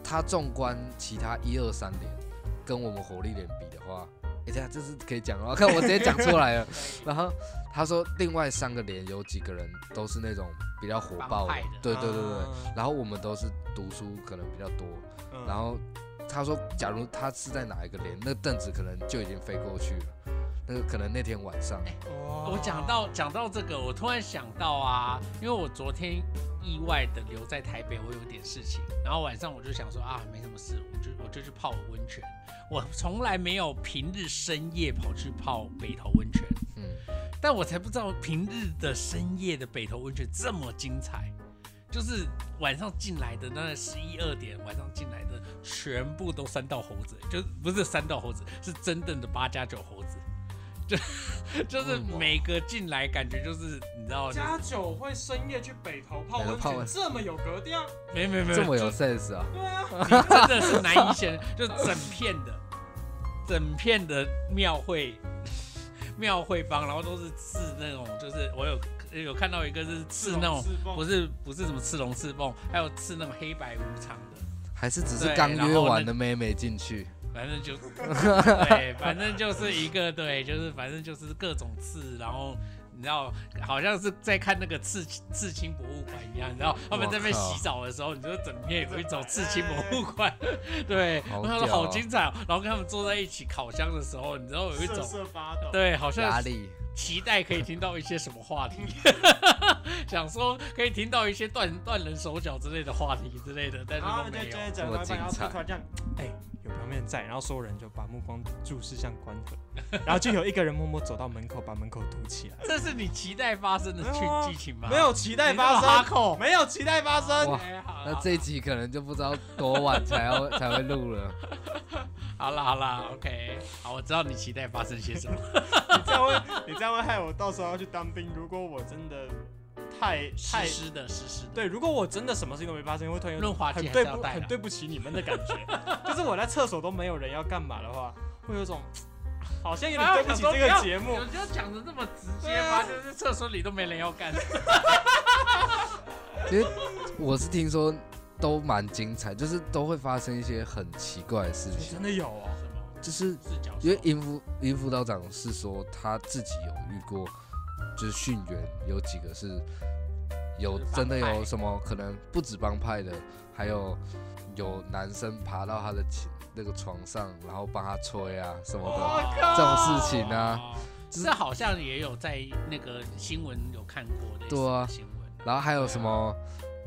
A: 他纵观其他一二三年，跟我们火力连比的话，哎、这样这是可以讲了吗， [LAUGHS] 看我直接讲出来了。然后他说另外三个连有几个人都是那种比较火爆
C: 帮派的
A: 对对对
B: [LAUGHS]
A: 对。
B: 啊
A: 然后我们都是读书可能比较多，
B: 嗯
A: 然后他说，假如他是在哪一个连，那凳子可能就已经飞过去了。那个可能那天晚上，
C: 哎
B: 哇
C: 我讲到讲到这个，我突然想到啊，因为我昨天意外的留在台北，我有点事情，然后晚上我就想说啊，没什么事，我就我就去泡温泉。我从来没有平日深夜跑去泡北投温泉，
A: 嗯，
C: 但我才不知道平日的深夜的北投温泉这么精彩。就是晚上进来的那十一二点，晚上进来的全部都三道猴子，就不是三道猴子，是真正的八加九猴子， [LAUGHS] 就就是每个进来感觉就是你知道，就是
B: 加九会深夜去北投泡温
A: 北投泡温
B: 泉，这么有格调？
C: 没没没，
A: 这么
C: 就
A: 有 sense 啊！
B: 对啊，
C: 你 [LAUGHS] 真的是难以想象，就整片的，整片的庙会， [LAUGHS] 庙会帮，然后都是刺那种，就是我有有看到一个是
B: 啊
C: 刺那种，
B: 自爆
C: 不是不是什么刺龙刺凤，还有刺那种黑白无常的，
A: 还是只是
C: 对
A: 刚
C: 然
A: 约
C: 后
A: 完
C: 那
A: 的妹妹进去，
C: 反正
B: [LAUGHS]
C: 就对，反正就是一个对，就是反正就是各种刺，然后。你知道，好像是在看那个刺刺青博物馆一样，你知道他们在那边
A: 我靠
C: 洗澡的时候，你就整片有一种刺青博物馆， [LAUGHS] 对，
A: 好
C: 然后
A: 屌
C: 好
A: 哦
C: 精彩、哦。然后跟他们坐在一起烤箱的时候，你知道有一
B: 瑟
C: 种
B: 瑟发抖。
C: 对，好像
A: 压
C: 是
A: 力
C: 期待可以听到一些什么话题， [LAUGHS] 想说可以听到一些断断人手脚之类的话题之类的，但是
B: 然后
C: 都
B: 就
C: 没
B: 就
C: 有。
B: 在讲
A: 这么
B: 老板，然后
A: 精彩
B: 突然这样，哎，有表面在，然后所有人就把目光注视向关河， [LAUGHS] 然后就有一个人默默走到门口，把门口堵起来。
C: 这是你期待发生的
B: 没有
C: 剧
B: 啊
C: 剧情吗？
B: 没有期待发
C: 你那么哈
B: 生，
C: 口。
B: 没有期待发生。
A: 哇
C: 哎好
A: 那
C: 啦
A: 这一集可能就不知道多晚才要才会 [LAUGHS] 录了。
C: 好啦好啦，OK，好，我知道你期待发生些什么。
B: 你这样 [LAUGHS] 会，你这样会害我到时候要去当兵。如果我真的太
C: 实
B: 太
C: 施的实施的，
B: 对，如果我真的什么事情都没发生，会突然有
C: 润
B: 种
C: 滑剂
B: 很
C: 还是
B: 对
C: 要
B: 不
C: 带啊
B: 很
C: 的
B: 对不起你们的感觉。就是我在厕所都没有人要干嘛的话，会有一种好像有
A: 啊
B: 点对不起这个节目。
C: 有时候讲的这么直接
B: 对啊
C: 吗？就是厕所里都没人要
B: [LAUGHS]
C: 干。
A: 其实我是听说都蛮精彩，就是都会发生一些很奇怪的事
B: 哎
A: 情
B: 真，的有哦，
C: 什么
A: 就是
C: 视角？
A: 因为尹副尹副导长是说他自己有遇过，就是训员有几个是有
C: 就是帮
A: 真的有
C: 派
A: 什么可能不止帮派的，还有有男生爬到他的寝那个床上，然后帮他吹啊什么的，
B: 我
A: 这种事情啊
C: 哦，这好像也有在那个新闻有看过的，
A: 对啊
C: 新闻
A: 然后还有什么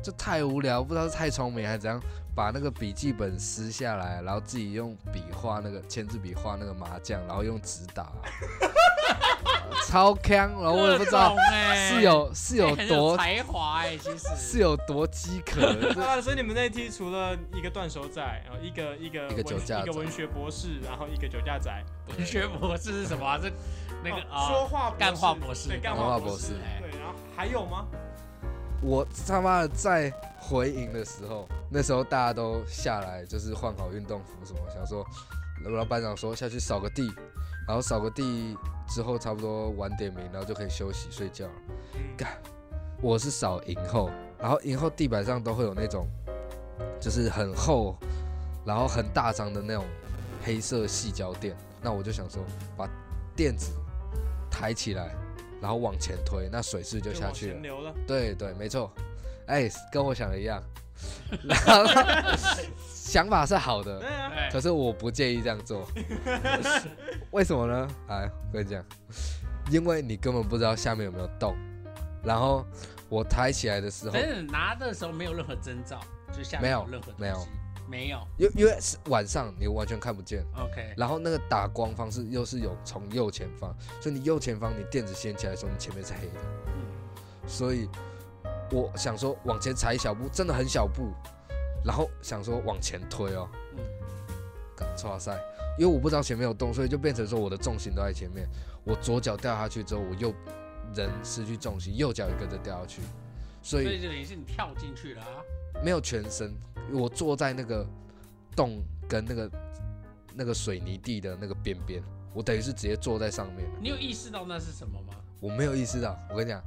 A: 就太无聊，不知道是太聪明还是怎样，把那个笔记本撕下来，然后自己用笔画那个签字笔画那个麻将，然后用纸打、 [LAUGHS] 超坑，然后啊我也不知道。是有是有
C: [LAUGHS] 各种欸很
A: 多
C: 才华哎，其实
A: 是有多饥渴，
B: [LAUGHS] 对
A: 这
B: 啊，所以你们那一梯除了一个断手仔，然后一个一个
A: 一个
B: 文
A: 酒驾
B: 一个
A: 仔
B: 文学博士，然后一个酒驾仔，
C: 文学博士是什么啊？是那个
B: 哦
C: 啊
B: 说话博士
C: 干话博士
B: 对，干
A: 干话
B: 话
A: 博
B: 博
A: 士
B: 士，
C: 哎
B: 对，然后还有吗？
A: 我他妈的在回营的时候，那时候大家都下来，就是换好运动服什么，想说，然后班长说下去扫个地，然后扫个地之后差不多晚点名，然后就可以休息睡觉了。
B: 嗯
A: 干我是扫营后，然后营后地板上都会有那种，就是很厚，然后很大张的那种黑色细胶垫。那我就想说，把垫子抬起来，然后往前推，那水势就
B: 就
A: 下
B: 往
A: 去了
B: 前。流了，
A: 对对，没错。哎、跟我想的一样，然后 [LAUGHS] 想法是好的
B: 对，啊，
C: 哎
A: 可是我不建议这样做。为什么呢？哎，我跟你讲，因为你根本不知道下面有没有洞。然后我抬起来的时候
C: 哎真，的拿的时候没有任何征兆，就下面
A: 没有
C: 任何东西
A: 没有
C: 没有
A: 因为因为是晚上你完全看不见，
C: ，OK，
A: 然后那个打光方式又是有从右前方，所以你右前方你垫子掀起来的时候，你前面是黑的，
C: 嗯
A: 所以我想说往前踩一小步，真的很小步，然后想说往前推哦，
C: 嗯，
A: 敢哇塞，因为我不知道前面有洞，所以就变成说我的重心都在前面，我左脚掉下去之后，我右人失去重心，右脚也跟着掉下去，所
C: 所
A: 以
C: 以就等于是你跳进去了啊，
A: 没有全身，我坐在那个洞跟那个那个水泥地的那个边边，我等于是直接坐在上面，
C: 你有意识到那是什么吗？
A: 我没有意识到，我跟你讲，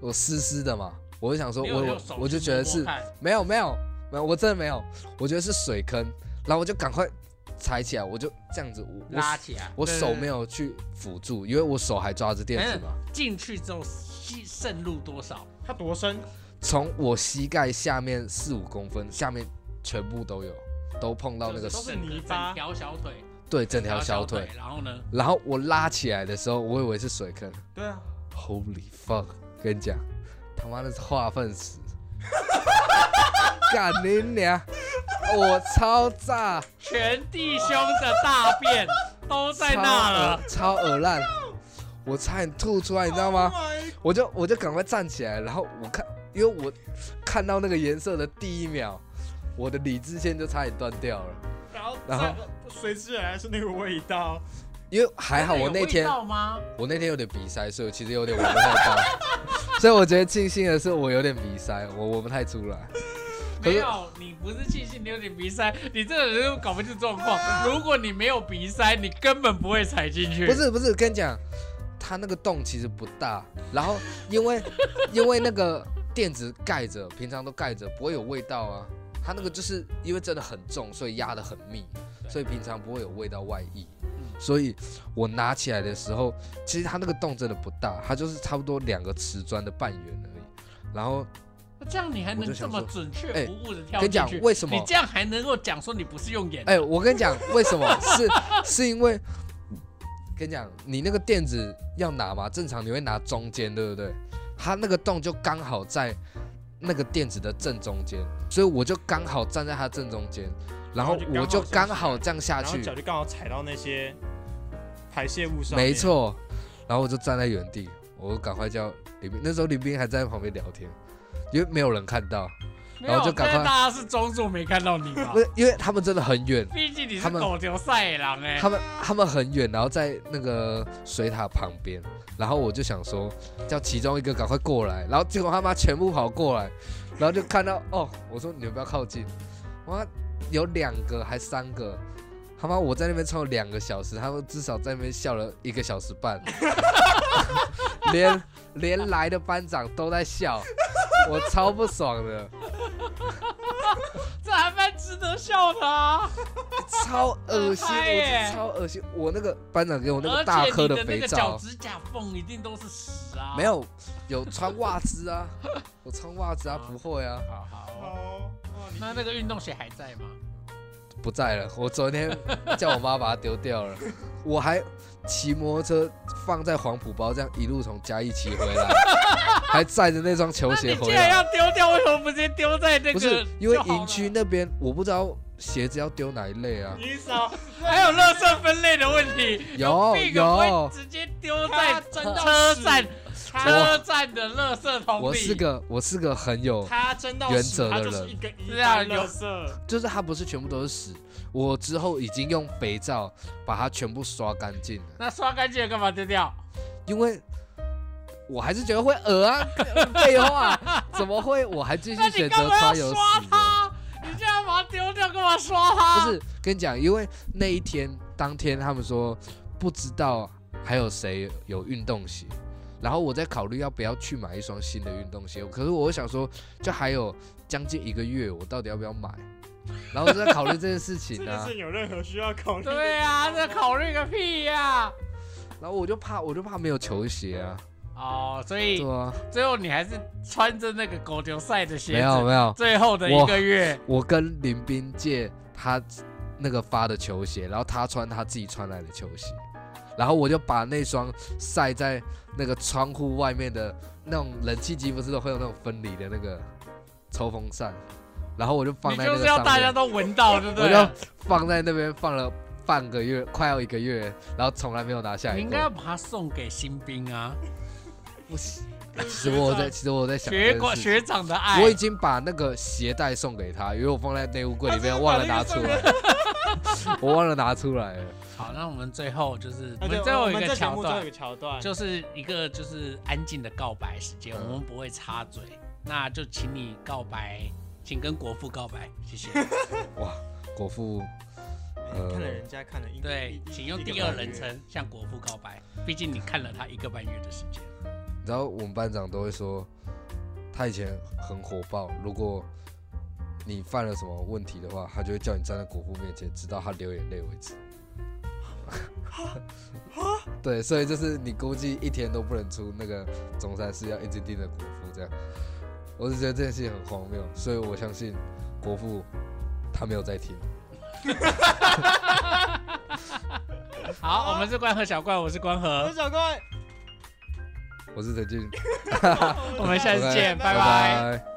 A: 我湿湿的嘛，我就想说
C: 你有
A: 我
C: 用
A: 我
C: 手
A: 我就
C: 去
A: 觉得
C: 摸
A: 是
C: 看
A: 没有没有没有，我真的没有，我觉得是水坑，然后我就赶快踩起来，我就这样子，我我
C: 拉起来，
A: 我
B: 对对
A: 手
B: 对
A: 没有去辅助，因为我手还抓着垫子嘛。
C: 进去之后吸渗入多少？
B: 它多深？
A: 从我膝盖下面四五公分，下面全部都有，都碰到那个
B: 都是
C: 整个
B: 泥
C: 整
B: 巴
C: 条小腿，
A: 对整条小
C: 小
A: 腿。，
C: 然后呢？
A: 然后我拉起来的时候，我以为是水坑
B: 对啊，
A: ，Holy fuck！跟你讲，他妈的是化粪池， [LAUGHS] 干你娘！我超炸，
C: 全弟兄的大便都在那了，
A: 超恶，超恶烂，我差点吐出来，你知道吗？我就我就赶快站起来，然后我看，因为我看到那个颜色的第一秒，我的理智线就差点断掉了。
B: 然后
A: 然后
B: 再随之而来是那个味道，
A: 因为还好我那天
C: 有味道吗？
A: 我那天有点鼻塞，所以我其实有点闻不太到，所以我觉得庆幸的是我有点鼻塞，我闻不太出来。可
C: 没
A: 是
C: 有，你不是庆幸你有点鼻塞，你这个人又搞不清状况。如果你没有鼻塞，你根本不会踩进去。
A: 啊不，是不是，跟你讲，它那个洞其实不大，然后因为因为那个垫子盖着，平常都盖着，不会有味道啊。它那个就是因为真的很重，所以压得很密，
C: 对
A: 所以平常不会有味道外溢。所以我拿起来的时候，其实它那个洞真的不大，它就是差不多两个瓷砖的半圆而已。然后
C: 这样你还
A: 我就
C: 能这
A: 想
C: 么
A: 说
C: 准确
A: 哎
C: 无误的跳
A: 跟你
C: 进
A: 讲
C: 去？
A: 为什么
C: 你这样还能够讲说你不是用眼？
A: 哎、我跟你讲，为什么是是因为，跟你讲，你那个垫子要拿嘛，正常你会拿中间，对不对？它那个洞就刚好在那个垫子的正中间，所以我就刚好站在它正中间，然后
B: 然后
A: 我就
B: 就刚
A: 刚
B: 好
A: 好这样下
B: 然后
A: 去，
B: 脚就刚好踩到那些排泄物上面，
A: 没错，然后我就站在原地，我就赶快叫李斌，那时候李斌还在旁边聊天，因为没有人看到，
C: 没
A: 然
C: 有，
A: 后就赶快
C: 但是大家是装作没看到你吧
A: 不？是因为他们真的很远，
C: 毕竟你是
A: 他们
C: 狗牛赛野狼哎、
A: 他们他们很远，然后在那个水塔旁边，然后我就想说叫其中一个赶快过来，然后结果他妈全部跑过来，然后就看到哦，我说你们不要靠近，哇，哦有两个还三个，他妈我在那边唱了两个小时，他们至少在那边笑了一个小时半，连连来的班长都在笑，我超不爽的，
C: 这还蛮值得笑的啊！
A: 超恶心，
C: 很嗨耶
A: 我超恶心，我那个班长给我那个
C: 而
A: 大
C: 且
A: 颗
C: 你
A: 的
C: 的那
A: 肥
C: 个
A: 皂。
C: 脚趾甲缝一定都是屎啊！
A: 没，有，有穿袜子啊， [LAUGHS] 有穿袜子啊，不会啊，
C: 好好。
B: 好，哦哇你
C: 那那个运动鞋还在吗？
A: 不在了。我昨天叫我妈把它丢掉了，我还骑摩托车放在黄浦包，这样一路从嘉义骑回来，还载着那双球
C: 那
A: 鞋
C: 你既
A: 回
C: 然要
A: 来。
C: 丢掉，为什么不直接丢在那个？
A: 不是因为
C: 就好了
A: 营区那边，我不知道鞋子要丢哪一类啊。
B: 你少
C: 还有垃圾分类的问题，
A: 有
C: 病
A: 有
C: 会直接丢在
B: 他真的
C: 车
B: 是
C: 站车站的垃圾桶里。
A: 我是个我是个很有，
B: 他真到
A: 原
B: 屎
A: 则
B: 他
A: 的
B: 就是
A: 人
B: 一个一
C: 对啊
B: 般
C: 有
B: 垃圾，
A: 就是它不是全部都是屎，我之后已经用肥皂把它全部刷干净了。
C: 那刷干净了干嘛丢掉？
A: 因为我还是觉得会恶
C: [LAUGHS]
A: 啊，废话，怎么会？我还继
C: 那
A: 续选
C: 你干
A: 择
C: 嘛要
A: 穿有
C: 刷
A: 屎的。
C: 它？你这样把它丢掉，干嘛刷它？
A: 不是跟你讲，因为那一天当天他们说不知道还有谁有运动鞋，然后我在考虑要不要去买一双新的运动鞋，可是我想说，就还有将近一个月，我到底要不要买？然后我就在考虑这件事
B: 这
A: 情
C: [LAUGHS]
B: 件
A: 啊
B: 事，情有任何需要考 [LAUGHS] 虑？
C: 对啊，这考虑个屁呀、
A: 然后我就怕，我就怕没有球鞋啊，
C: 哦，所以
A: 对啊，
C: 最后你还是穿着那个狗牛赛的鞋
A: 没有
C: 子，
A: 没有，
C: 最后的一个月，
A: 我跟林斌借他那个发的球鞋，然后他穿他自己穿来的球鞋，然后我就把那双晒在那个窗户外面的那种冷气机，不是都会有那种分离的那个抽风扇，然后我就放
C: 你
A: 在那
C: 就
A: 个
C: 是要
A: 上
C: 大家
A: 面，
C: 都闻到，对不
A: 我
C: 对了？
A: 就放在那边放了半个月，快要一个月，然后从来没有拿下
C: 你
A: 来
C: 应该要
A: 过。
C: 把它送给新兵啊，
A: 不行，哎其实我有
C: [LAUGHS]
A: 在，其实我有在想这件
C: 学
A: 事
C: 过哎
A: 情
C: 学长的爱
A: 我已。经把那个鞋带送给他，因为我放在内务柜里面，
B: 他真的
A: 忘了
B: 把那
A: 拿
B: 个
A: 出
B: 送
A: 来， [LAUGHS] 我忘了拿出来了。
C: 好，那我们最后就是我
B: 啊对
C: 们最后
B: 我
C: 有一
B: 们
C: 个
B: 这节
C: 桥
B: 目最后有
C: 段
B: 一，个桥段，
C: 就是一个就是安静的告白时间，
A: 嗯
C: 我们不会插嘴，那就请你告白，请跟国父告白，谢
B: [LAUGHS]
C: 谢。
A: 哇，果腹，
B: 哎看了人家看了一
C: 呃对，请用第二人。
B: 一一一个半月
C: 称向国父告白，毕竟你看了他一个半月的时间。
A: 你知道我们班长都会说，他以前很火爆，如果你犯了什么问题的话，他就会叫你站在果腹面前，直到他流眼泪为止。 [LAUGHS] 对，所以就是你估计一天都不能出那个中山市，要一直盯着国父这样。我是觉得这件事情很荒谬，所以我相信国父他没有在听。
C: 好，我们是关河小怪，我是关
B: 我
C: 河
B: 是，小怪，
A: 我是陈俊，
C: [LAUGHS] 我们下次见，
B: OK，
A: 拜
C: 拜拜。
A: 拜